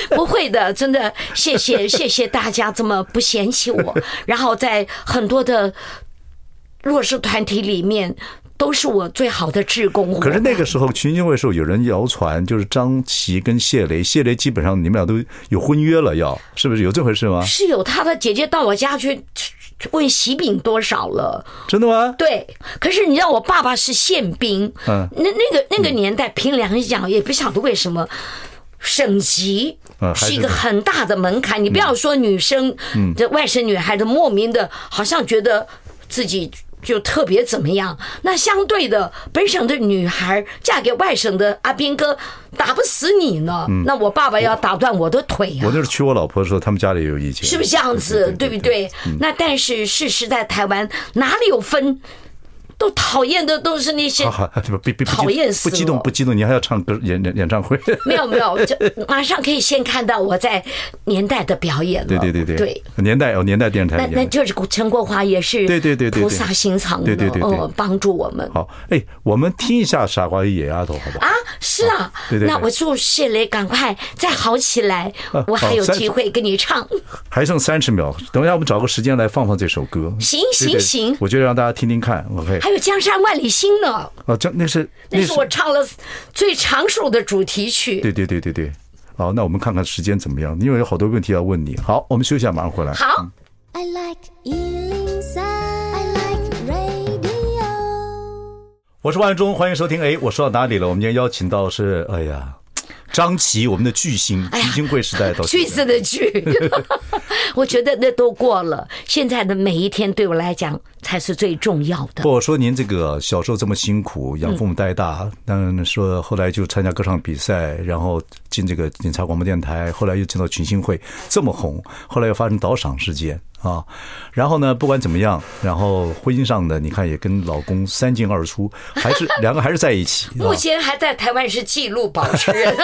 Speaker 2: 不会的，真的，谢谢谢谢大家这么不嫌弃我。然后在很多的弱势团体里面，都是我最好的志工伙伴。
Speaker 1: 可是那个时候群星会的时候，有人谣传就是张琪跟谢雷，谢雷基本上你们俩都有婚约了要，是不是有这回事吗？
Speaker 2: 是有他的姐姐到我家去问喜饼多少了。
Speaker 1: 真的吗？
Speaker 2: 对，可是你知道我爸爸是宪兵，
Speaker 1: 嗯
Speaker 2: 那那个那个年代，凭良心讲，也不晓得为什么。省级
Speaker 1: 嗯还
Speaker 2: 是
Speaker 1: 是嗯
Speaker 2: 一个很大的门槛，你不要说女生，这外省女孩子莫名的，好像觉得自己就特别怎么样。那相对的，本省的女孩嫁给外省的阿兵哥，打不死你呢。
Speaker 1: 嗯
Speaker 2: 那我爸爸要打断我的腿啊！
Speaker 1: 我那时候娶我老婆的时候，他们家里也有意见，
Speaker 2: 是不是这样子？对不对？
Speaker 1: 嗯
Speaker 2: 那但是事实在台湾哪里有分，都讨厌的都是那些
Speaker 1: 哈哈，不不不，
Speaker 2: 讨厌死
Speaker 1: 不激动
Speaker 2: 我
Speaker 1: 不激动，你还要唱歌演演演唱 会，
Speaker 2: 没有没有，就马上可以先看到我在年代的表演了。
Speaker 1: 对对对
Speaker 2: 对。
Speaker 1: 对，年代哦年代电视台
Speaker 2: 那
Speaker 1: 演
Speaker 2: 那
Speaker 1: 的。
Speaker 2: 就是陈国华也是
Speaker 1: 对对对对对
Speaker 2: 菩萨心肠的
Speaker 1: 对对对对
Speaker 2: 哦，帮助我们
Speaker 1: 好，哎，我们听一下《傻瓜与野丫头》，好不好？
Speaker 2: 啊，是啊，
Speaker 1: 对对对
Speaker 2: 那我祝谢雷赶快再好起来，
Speaker 1: 啊
Speaker 2: 我还有
Speaker 1: 好三
Speaker 2: 机会跟你唱，
Speaker 1: 还剩三十秒，等一下我们找个时间来放放这首歌。
Speaker 2: 行
Speaker 1: 对
Speaker 2: 行
Speaker 1: 对
Speaker 2: 行，
Speaker 1: 我觉得让大家听听看，OK？
Speaker 2: 还有江山万里心呢，
Speaker 1: 哦，这那是
Speaker 2: 那是我唱了最长首的主题曲，
Speaker 1: 对对对对对。好，那我们看看时间怎么样，因为有好多问题要问你。好，我们休息一下，马上回来。嗯
Speaker 2: 好。
Speaker 3: I like Ealing Sound. I like radio.
Speaker 1: 我是万忠，欢迎收听。哎，我说到哪里了？我们今天邀请到是，哎呀，张琪，我们的巨星，
Speaker 2: 哎呀
Speaker 1: 群星会时代到现
Speaker 2: 句
Speaker 1: 在
Speaker 2: 子的句， 我觉得那都过了。现在的每一天对我来讲才是最重要的。
Speaker 1: 不，我说您这个小时候这么辛苦，养父母带
Speaker 2: 嗯
Speaker 1: 大，但说后来就参加歌唱比赛，然后进这个警察广播电台，后来又进到群星会，这么红，后来又发生倒赏事件啊。然后呢，不管怎么样，然后婚姻上的你看也跟老公三进二 出，还是两个还是在一起啊
Speaker 2: 目。前还在台湾是记录保持人，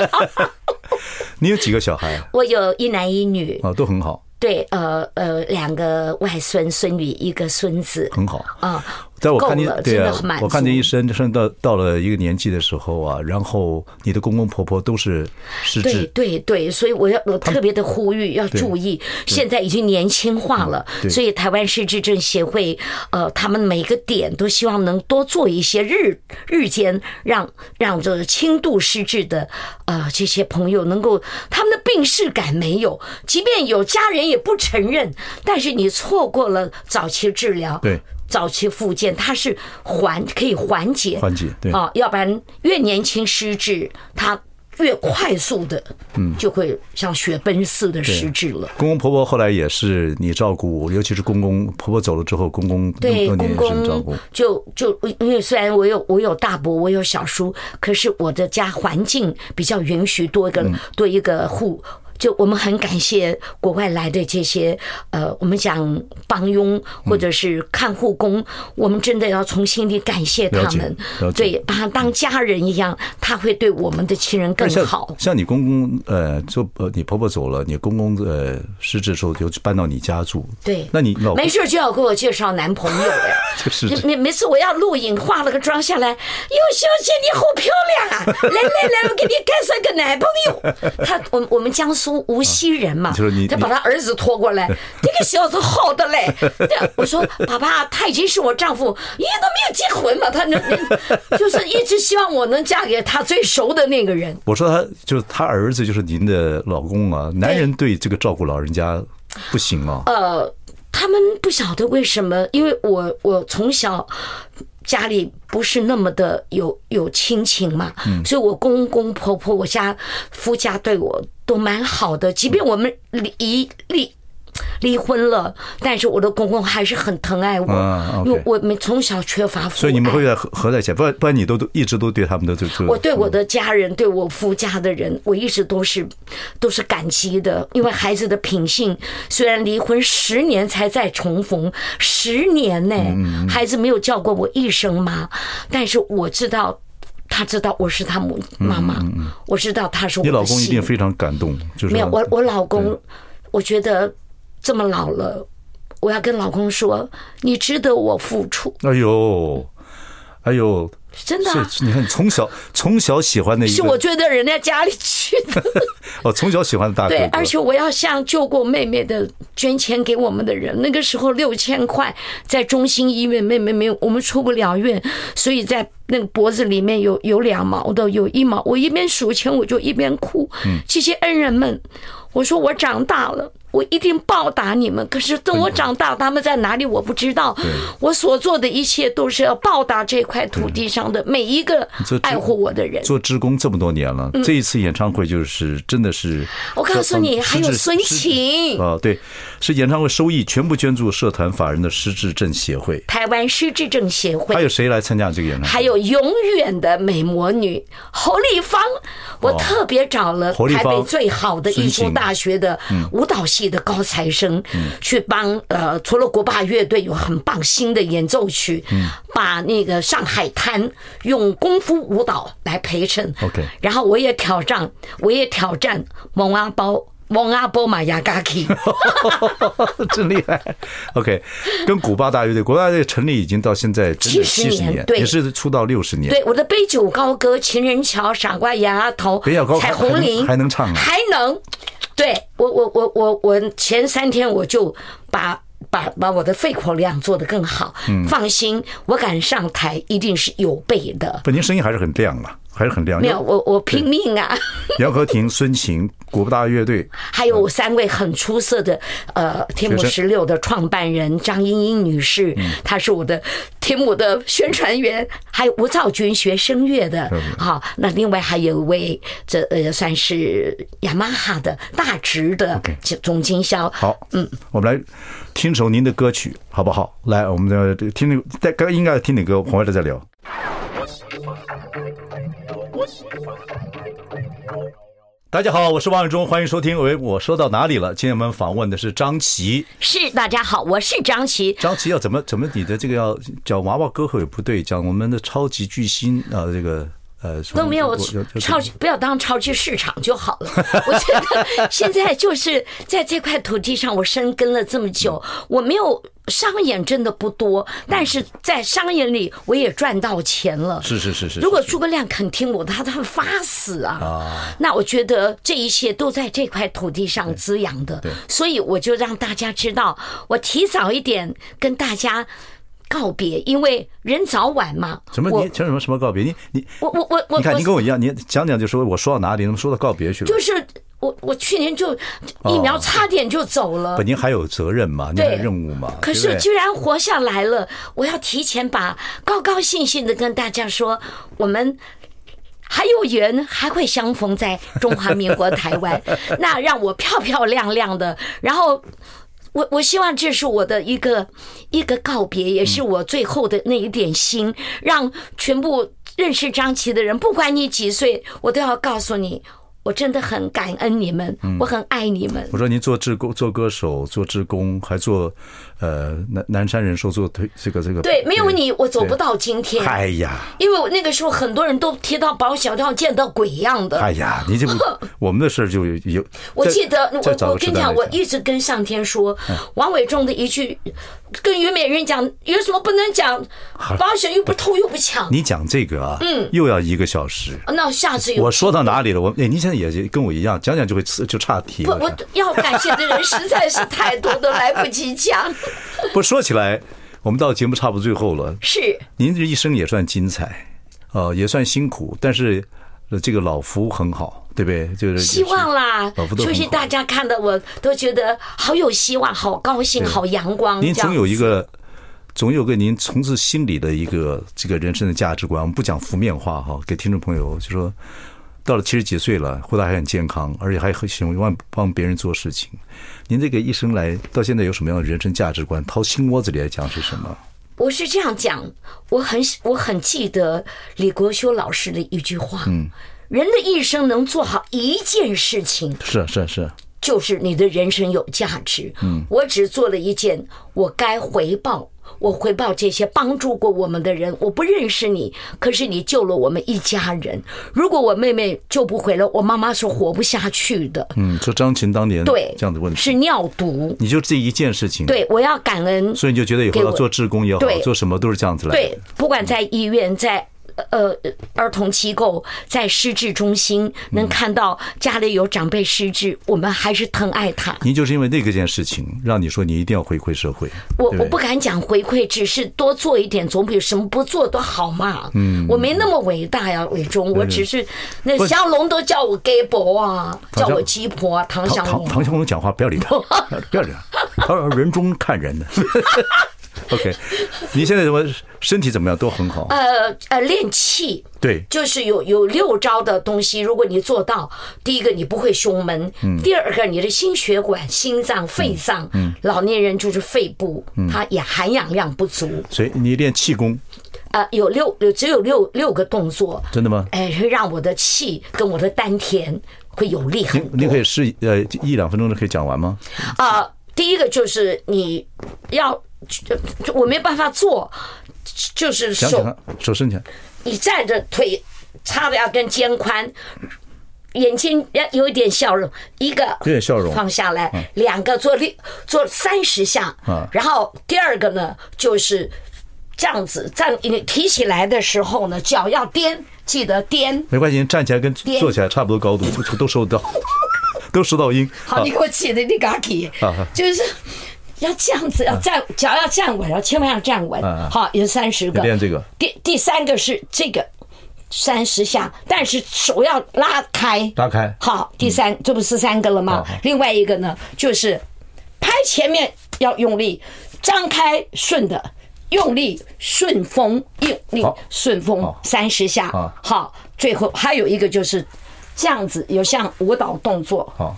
Speaker 1: 你有几个小 孩啊
Speaker 2: 我有一男一女，
Speaker 1: 啊？都很好，
Speaker 2: 对，呃呃，两个外孙孙女，一个孙子，
Speaker 1: 很好。
Speaker 2: 啊、
Speaker 1: 在我
Speaker 2: 够
Speaker 1: 看你
Speaker 2: 了，
Speaker 1: 对
Speaker 2: 真
Speaker 1: 啊
Speaker 2: 的很满，足。
Speaker 1: 我看你一生生到到了一个年纪的时候啊，然后你的公公婆婆都是失
Speaker 2: 对
Speaker 1: 智，
Speaker 2: 对对，所以我要我特别的呼吁要注意，现在已经年轻化了
Speaker 1: 嗯对，
Speaker 2: 所以台湾失智症协会，呃，他们每个点都希望能多做一些日日间让让这个轻度失智的呃这些朋友能够他们的病逝感没有，即便有家人也不承认，但是你错过了早期治疗，
Speaker 1: 对。
Speaker 2: 早期复健，它是缓可以缓解，
Speaker 1: 缓解对
Speaker 2: 啊，要不然越年轻失智，它越快速的，嗯，就会像雪崩似的失智了。
Speaker 1: 公公婆婆后来也是你照顾，尤其是公公婆婆走了之后，公公
Speaker 2: 对
Speaker 1: 多
Speaker 2: 公
Speaker 1: 年是你照
Speaker 2: 公
Speaker 1: 顾。
Speaker 2: 就就因为虽然我有我有大伯，我有小叔，可是我的家环境比较允许多一个、
Speaker 1: 嗯
Speaker 2: 多一个户。就我们很感谢国外来的这些，呃，我们讲帮佣或者是看护工，我们真的要从心里感谢他
Speaker 1: 了解
Speaker 2: 们
Speaker 1: 了，解
Speaker 2: 对，把他当家人一样，他会对我们的亲人更
Speaker 1: 像
Speaker 2: 好。
Speaker 1: 像你公公呃，就呃，你婆婆走了，你公公呃失智的时候就搬到你家住。
Speaker 2: 对
Speaker 1: 那你老公
Speaker 2: 没事就要给我介绍男朋友哎，
Speaker 1: 就是
Speaker 2: 每每每次我要录影，化了个妆下来，哟，小姐你好漂 亮啊！来来来，我给你介绍个男朋友。他我我们江苏无锡人嘛，
Speaker 1: 就是啊你
Speaker 2: 他把他儿子拖过 来，这个小子好的嘞。这我说爸爸，他已经是我丈夫，因为都没有结婚嘛，他能 就是一直希望我能嫁给他最熟的那个人。
Speaker 1: 我说他就是他儿子，就是您的老公啊。男人对这个照顾老人家不行啊。
Speaker 2: 呃，他们不晓得为什么，因为我我从小家里不是那么的有有亲情嘛，
Speaker 1: 嗯
Speaker 2: 所以我公公婆婆、我家夫家对我都蛮好的，即便我们离离。离婚了，但是我的公公还是很疼爱我，
Speaker 1: 啊，OK
Speaker 2: 因为我们从小缺乏父爱。
Speaker 1: 所以你们会在合合在一起，不然不然你都都一直都对他们都就就
Speaker 2: 我对我的家人，对我夫家的人，我一直都是都是感激的，因为孩子的品性，虽然离婚十年才再重逢，
Speaker 1: 嗯
Speaker 2: 十年呢、孩子没有叫过我一声妈，但是我知道。他知道我是他母妈妈，我知道他是我
Speaker 1: 嗯你
Speaker 2: 的
Speaker 1: 老公一
Speaker 2: 心
Speaker 1: 定非常感动，就是
Speaker 2: 没有，我我老公
Speaker 1: 对，
Speaker 2: 我觉得这么老了，我要跟老公说，你值得我付出，
Speaker 1: 哎呦，哎呦，
Speaker 2: 真的啊、
Speaker 1: 是你看从小从小喜欢的一个，
Speaker 2: 是我追到人家家里去的，
Speaker 1: 哦，从小喜欢的大哥
Speaker 2: 对
Speaker 1: 哥，，
Speaker 2: 而且我要向救过妹妹的捐钱给我们的人，那个时候六千块在中心医院，妹妹没有，我们出不了院，所以在那个脖子里面有 有两毛的，有一毛，我一边数钱我就一边哭，这些恩人们，我说我长大了。我一定报答你们。可是等我长大，他们在哪里我不知道。我所做的一切都是要报答这块土地上的每一个
Speaker 1: 这
Speaker 2: 爱护我的人。
Speaker 1: 做职工这么多年了，这一次演唱会就是真的是，
Speaker 2: 嗯我告诉你，
Speaker 1: 这
Speaker 2: 还有
Speaker 1: 失智
Speaker 2: 孙
Speaker 1: 失智
Speaker 2: 晴，
Speaker 1: 啊，对，是演唱会收益全部捐助社团法人的失智症协会。
Speaker 2: 台湾失智症协会
Speaker 1: 还。有谁来参加这个演唱会？
Speaker 2: 还有永远的美魔女侯丽芳，我特别找了
Speaker 1: 哦侯丽
Speaker 2: 台
Speaker 1: 芳嗯
Speaker 2: 北最好的
Speaker 1: 孙
Speaker 2: 艺术
Speaker 1: 晴
Speaker 2: 大学的舞蹈系的高材生，
Speaker 1: 嗯
Speaker 2: 去帮呃，除了国霸乐队有很棒新的演奏曲，
Speaker 1: 嗯
Speaker 2: 把那个上海滩用功夫舞蹈来陪衬。
Speaker 1: OK
Speaker 2: 然后我也挑战，我也挑战蒙阿包蒙阿波玛雅嘎基。
Speaker 1: 真厉害。OK，跟古巴大乐队，古巴大乐队成立已经到现在真的
Speaker 2: 70
Speaker 1: 七十
Speaker 2: 年对
Speaker 1: 也是出道六十年。
Speaker 2: 对，我的杯酒高歌、情人桥、傻瓜丫头
Speaker 1: 杯酒高、歌
Speaker 2: 彩虹铃
Speaker 1: 还能还能唱啊
Speaker 2: 还能。对我，我，我，我，我前三天我就把。把把我的肺活量做得更好，
Speaker 1: 嗯
Speaker 2: 放心，我敢上台一定是有备的。
Speaker 1: 不，您声音还是很亮了，还是很亮。
Speaker 2: 没有，我我拼命啊！
Speaker 1: 杨和婷、孙晴、古巴大乐队，
Speaker 2: 还有三位很出色的呃天
Speaker 1: 嗯学
Speaker 2: 母
Speaker 1: 生嗯
Speaker 2: 十六的创办人张英英女士，她是我的天母的宣传员，还有吴兆军学声乐的
Speaker 1: 嗯
Speaker 2: 好，那另外还有一位这呃算是雅马哈的大直的
Speaker 1: OK
Speaker 2: 总经销，
Speaker 1: 好，嗯，我们来听首您的歌曲，好不好？来，我们再听听，再该应该听点歌，回来再聊。大家好，我是王永忠，欢迎收听。喂，我说到哪里了？今天我们访问的是张琪。
Speaker 2: 是大家好，我是张琪，
Speaker 1: 张琪要怎么怎么你的这个要讲娃娃歌后也不对，讲我们的超级巨星啊、呃这个呃什么
Speaker 2: 都没有
Speaker 1: 我我
Speaker 2: 超级，不要当超级市场就好了。我觉得现在就是在这块土地上，我生根了这么久，
Speaker 1: 嗯
Speaker 2: 我没有商演真的不多，但是在商演里我也赚到钱了。
Speaker 1: 是是是是。
Speaker 2: 如果
Speaker 1: 是
Speaker 2: 诸葛亮肯听我的，他他会发死啊！那我觉得这一切都在这块土地上滋养的
Speaker 1: 对对，
Speaker 2: 所以我就让大家知道，我提早一点跟大家告别，因为人早晚嘛。
Speaker 1: 什么
Speaker 2: 我
Speaker 1: 你讲什么什么告别？你你
Speaker 2: 我我我我
Speaker 1: 你看
Speaker 2: 我
Speaker 1: 你跟我一样，你讲讲就说我说到哪里，能说到告别去了？哦
Speaker 2: 就是我我去年就疫苗差点就走了。
Speaker 1: 不，您还有责任嘛，您还
Speaker 2: 啊对
Speaker 1: 有任务嘛。对
Speaker 2: 可
Speaker 1: 不
Speaker 2: 是
Speaker 1: 对
Speaker 2: 居然活下来了，我要提前把高高兴兴的跟大家说，我们还有缘，还会相逢在中华民国台 湾。那让我漂漂亮亮的，然后我我希望这是我的一个一个告别，也是我最后的那一点心，让全部认识张琪的人，不管你几岁，我都要告诉你，我真的很感恩你们，
Speaker 1: 嗯
Speaker 2: 我很爱你们。
Speaker 1: 我说您做志工、做歌手、做志工，还做呃南南山人寿做推这个这个。
Speaker 2: 对，没有你，我走不到今天。
Speaker 1: 哎呀，
Speaker 2: 因为我那个时候很多人都贴到保小料见到鬼一样的。
Speaker 1: 哎呀，你这不 我们的事儿就有有。
Speaker 2: 呃我
Speaker 1: 再
Speaker 2: 记得
Speaker 1: 再找
Speaker 2: 我
Speaker 1: 个
Speaker 2: 我跟
Speaker 1: 时
Speaker 2: 你
Speaker 1: 段
Speaker 2: 讲，
Speaker 1: 来
Speaker 2: 我一直跟上天说，
Speaker 1: 嗯
Speaker 2: 王伟忠的一句，跟虞美人讲有什么不能讲，保险又不偷又不抢。哦
Speaker 1: 你讲这个啊，嗯，又要一个小时。
Speaker 2: 那下次有
Speaker 1: 我说到哪里了？我哎，您现在也跟我一样，讲讲就会刺就岔题
Speaker 2: 不，
Speaker 1: 了。
Speaker 2: 我要感谢的人实在是太多，都来不及 讲。
Speaker 1: 不说起来，我们到节目差不多最后了。
Speaker 2: 是
Speaker 1: 您这一生也算精彩，呃，也算辛苦，但是呃这个老福很好，对不对？就是
Speaker 2: 希望啦
Speaker 1: 老夫，都很
Speaker 2: 就
Speaker 1: 好
Speaker 2: 是大家看的我都觉得好有希望，好高兴，好阳光。
Speaker 1: 您
Speaker 2: 这样
Speaker 1: 总有一个，总有个您从自心里的一个这个人生的价值观。我们不讲负面话哈，给听众朋友就说，到了七十几岁了，活得还很健康，而且还很喜欢帮别人做事情。您这个一生来到现在有什么样的人生价值观？掏心窝子里来讲是什么？
Speaker 2: 我是这样讲，我很我很记得李国修老师的一句话，嗯，人的一生能做好一件事情，
Speaker 1: 是啊是啊是啊，
Speaker 2: 就是你的人生有价值。嗯，我只做了一件我该回报、我回报这些帮助过我们的人。我不认识你，可是你救了我们一家人。如果我妹妹救不回来，我妈妈是活不下去的。
Speaker 1: 嗯，说张琴当年
Speaker 2: 对，
Speaker 1: 这样的问题，
Speaker 2: 是尿毒。
Speaker 1: 你就这一件事情，，
Speaker 2: 对，我要感恩。
Speaker 1: 所以你就觉得以后
Speaker 2: 给
Speaker 1: 要
Speaker 2: 我
Speaker 1: 做志工也好，
Speaker 2: 对
Speaker 1: 做什么都是这样子来的，
Speaker 2: 对，不管在医院，在呃儿童机构，在失智中心，
Speaker 1: 嗯
Speaker 2: 能看到家里有长辈失智，我们还是疼爱他。
Speaker 1: 您就是因为那个件事情，让你说你一定要回馈社会。
Speaker 2: 我
Speaker 1: 对
Speaker 2: 我不敢讲回馈，只是多做一点，总比什么不做都好嘛。嗯，我没那么伟大呀，伟忠，我只是那
Speaker 1: 不
Speaker 2: 小龙都叫我 gay 伯啊，
Speaker 1: 唐
Speaker 2: 叫
Speaker 1: 湘
Speaker 2: 我鸡婆啊，唐
Speaker 1: 唐
Speaker 2: 小
Speaker 1: 唐
Speaker 2: 龙。
Speaker 1: 唐小龙讲话不要理 他，不要理他，他说人中看人的。OK，你现在怎么身体怎么样？都很好。
Speaker 2: 呃呃，练气。
Speaker 1: 对，
Speaker 2: 就是有有六招的东西，如果你做到，第一个你不会胸闷，
Speaker 1: 嗯
Speaker 2: 第二个你的心血管、心脏、肺脏，老年人就是肺部，
Speaker 1: 嗯
Speaker 2: 它也含氧量不足。
Speaker 1: 所以你练气功，
Speaker 2: 呃，有六有只有六六个动作，
Speaker 1: 真的吗？
Speaker 2: 哎，会让我的气跟我的丹田会有力很
Speaker 1: 您
Speaker 2: 多
Speaker 1: 可。以试呃一两分钟就可以讲完吗？
Speaker 2: 啊，第一个就是你要，就就我没办法做，就是
Speaker 1: 讲
Speaker 2: 手
Speaker 1: 讲手伸起来，
Speaker 2: 你站着腿叉的要跟肩宽，眼睛要有一点笑容，一个
Speaker 1: 有点笑容
Speaker 2: 放下来，两个做六做三十下，
Speaker 1: 嗯
Speaker 2: 然后第二个呢就是这样子站，你提起来的时候呢脚要颠，记得颠。
Speaker 1: 没关系，站起来跟坐起来差不多 高度，都都收得到， 都收到音。
Speaker 2: 好，你给我起的你嘎起
Speaker 1: 啊，
Speaker 2: 就是。要这样子，要站脚要站稳，然后千万要站稳
Speaker 1: 嗯嗯。
Speaker 2: 好，有三十个。
Speaker 1: 啊你练这个。
Speaker 2: 第第三个是这个，三十下，但是手要拉开。
Speaker 1: 拉开嗯
Speaker 2: 好，第三，这不是三个了吗
Speaker 1: 好好？
Speaker 2: 另外一个呢，就是拍前面要用力，张开顺的。用力顺风，用力
Speaker 1: 好
Speaker 2: 顺风
Speaker 1: 好
Speaker 2: 三十下
Speaker 1: 好，
Speaker 2: 好，最后还有一个就是这样子，有像舞蹈动作，
Speaker 1: 好，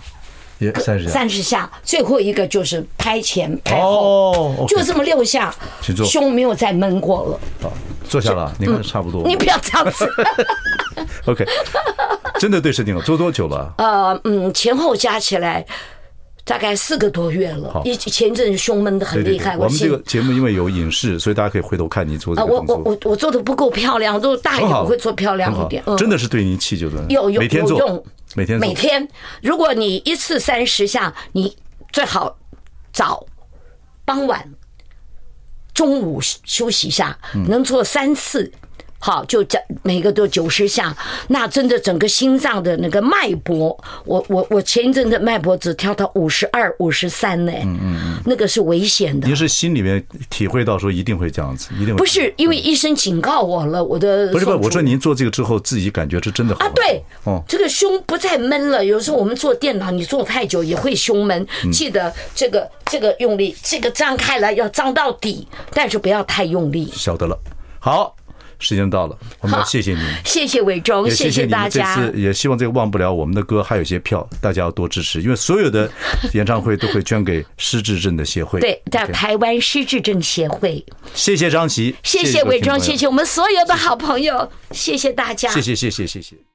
Speaker 1: 也三十下。
Speaker 2: 三十下，最后一个就是拍前拍后，
Speaker 1: 哦，OK，
Speaker 2: 就这么六下
Speaker 1: 请，坐哦
Speaker 2: 胸没有再闷过了。
Speaker 1: 好坐下了，你看差不多
Speaker 2: 你。不要这样 子，
Speaker 1: OK，真的对身体好，做多久了？
Speaker 2: 呃，嗯，前后加起来大概四个多月了
Speaker 1: 好。
Speaker 2: 以前一阵胸闷的
Speaker 1: 对
Speaker 2: 很
Speaker 1: 对
Speaker 2: 厉
Speaker 1: 对
Speaker 2: 害，，
Speaker 1: 我们这
Speaker 2: 心
Speaker 1: 个节目因为有影视，所以大家可以回头看你做这
Speaker 2: 啊，
Speaker 1: 个
Speaker 2: 我
Speaker 1: 动
Speaker 2: 我
Speaker 1: 作，
Speaker 2: 我我做的不够漂亮，做大一
Speaker 1: 很
Speaker 2: 点
Speaker 1: 好，
Speaker 2: 我会做漂亮一点。
Speaker 1: 很好
Speaker 2: 嗯
Speaker 1: 真的是对您气就的，
Speaker 2: 有有
Speaker 1: 每天
Speaker 2: 有
Speaker 1: 做
Speaker 2: 用，，
Speaker 1: 每天做
Speaker 2: 每天，如果你一次三十下，你最好早、傍晚、中午休息一下，
Speaker 1: 嗯
Speaker 2: 能做三次。好，就这每个都九十下，那真的整个心脏的那个脉搏，我我我前一阵的脉搏只跳到五十二、五十三呢，嗯嗯，那个是危险的
Speaker 1: 您，是心里面体会到说一定会这样子，一定会
Speaker 2: 不是因为医生警告我了，我的
Speaker 1: 不是不是，
Speaker 2: 宋
Speaker 1: 我说
Speaker 2: 主
Speaker 1: 您做这个之后自己感觉这真的好
Speaker 2: 啊，对，
Speaker 1: 哦，
Speaker 2: 这个胸不再闷了。有时候我们坐电脑，你坐太久也会胸闷。
Speaker 1: 嗯
Speaker 2: 记得这个这个用力，这个张开来要张到底，但是不要太用力。
Speaker 1: 晓得了。好，时间到了，我们要
Speaker 2: 好
Speaker 1: 谢谢您。
Speaker 2: 谢谢伟忠，
Speaker 1: 也谢
Speaker 2: 谢
Speaker 1: 你
Speaker 2: 大
Speaker 1: 们这
Speaker 2: 家。
Speaker 1: 次，也希望这个忘不了我们的歌还有一些票，大家要多支持，因为所有的演唱会都会捐给失智症的协会。
Speaker 2: 对，在
Speaker 1: OK，
Speaker 2: 台湾失智症协会，
Speaker 1: 谢谢张琪，
Speaker 2: 谢
Speaker 1: 各
Speaker 2: 谢
Speaker 1: 位
Speaker 2: 伟
Speaker 1: 听众
Speaker 2: 忠，
Speaker 1: 朋友
Speaker 2: 谢谢我们所有的好朋友，谢谢大家，
Speaker 1: 谢谢谢谢谢谢。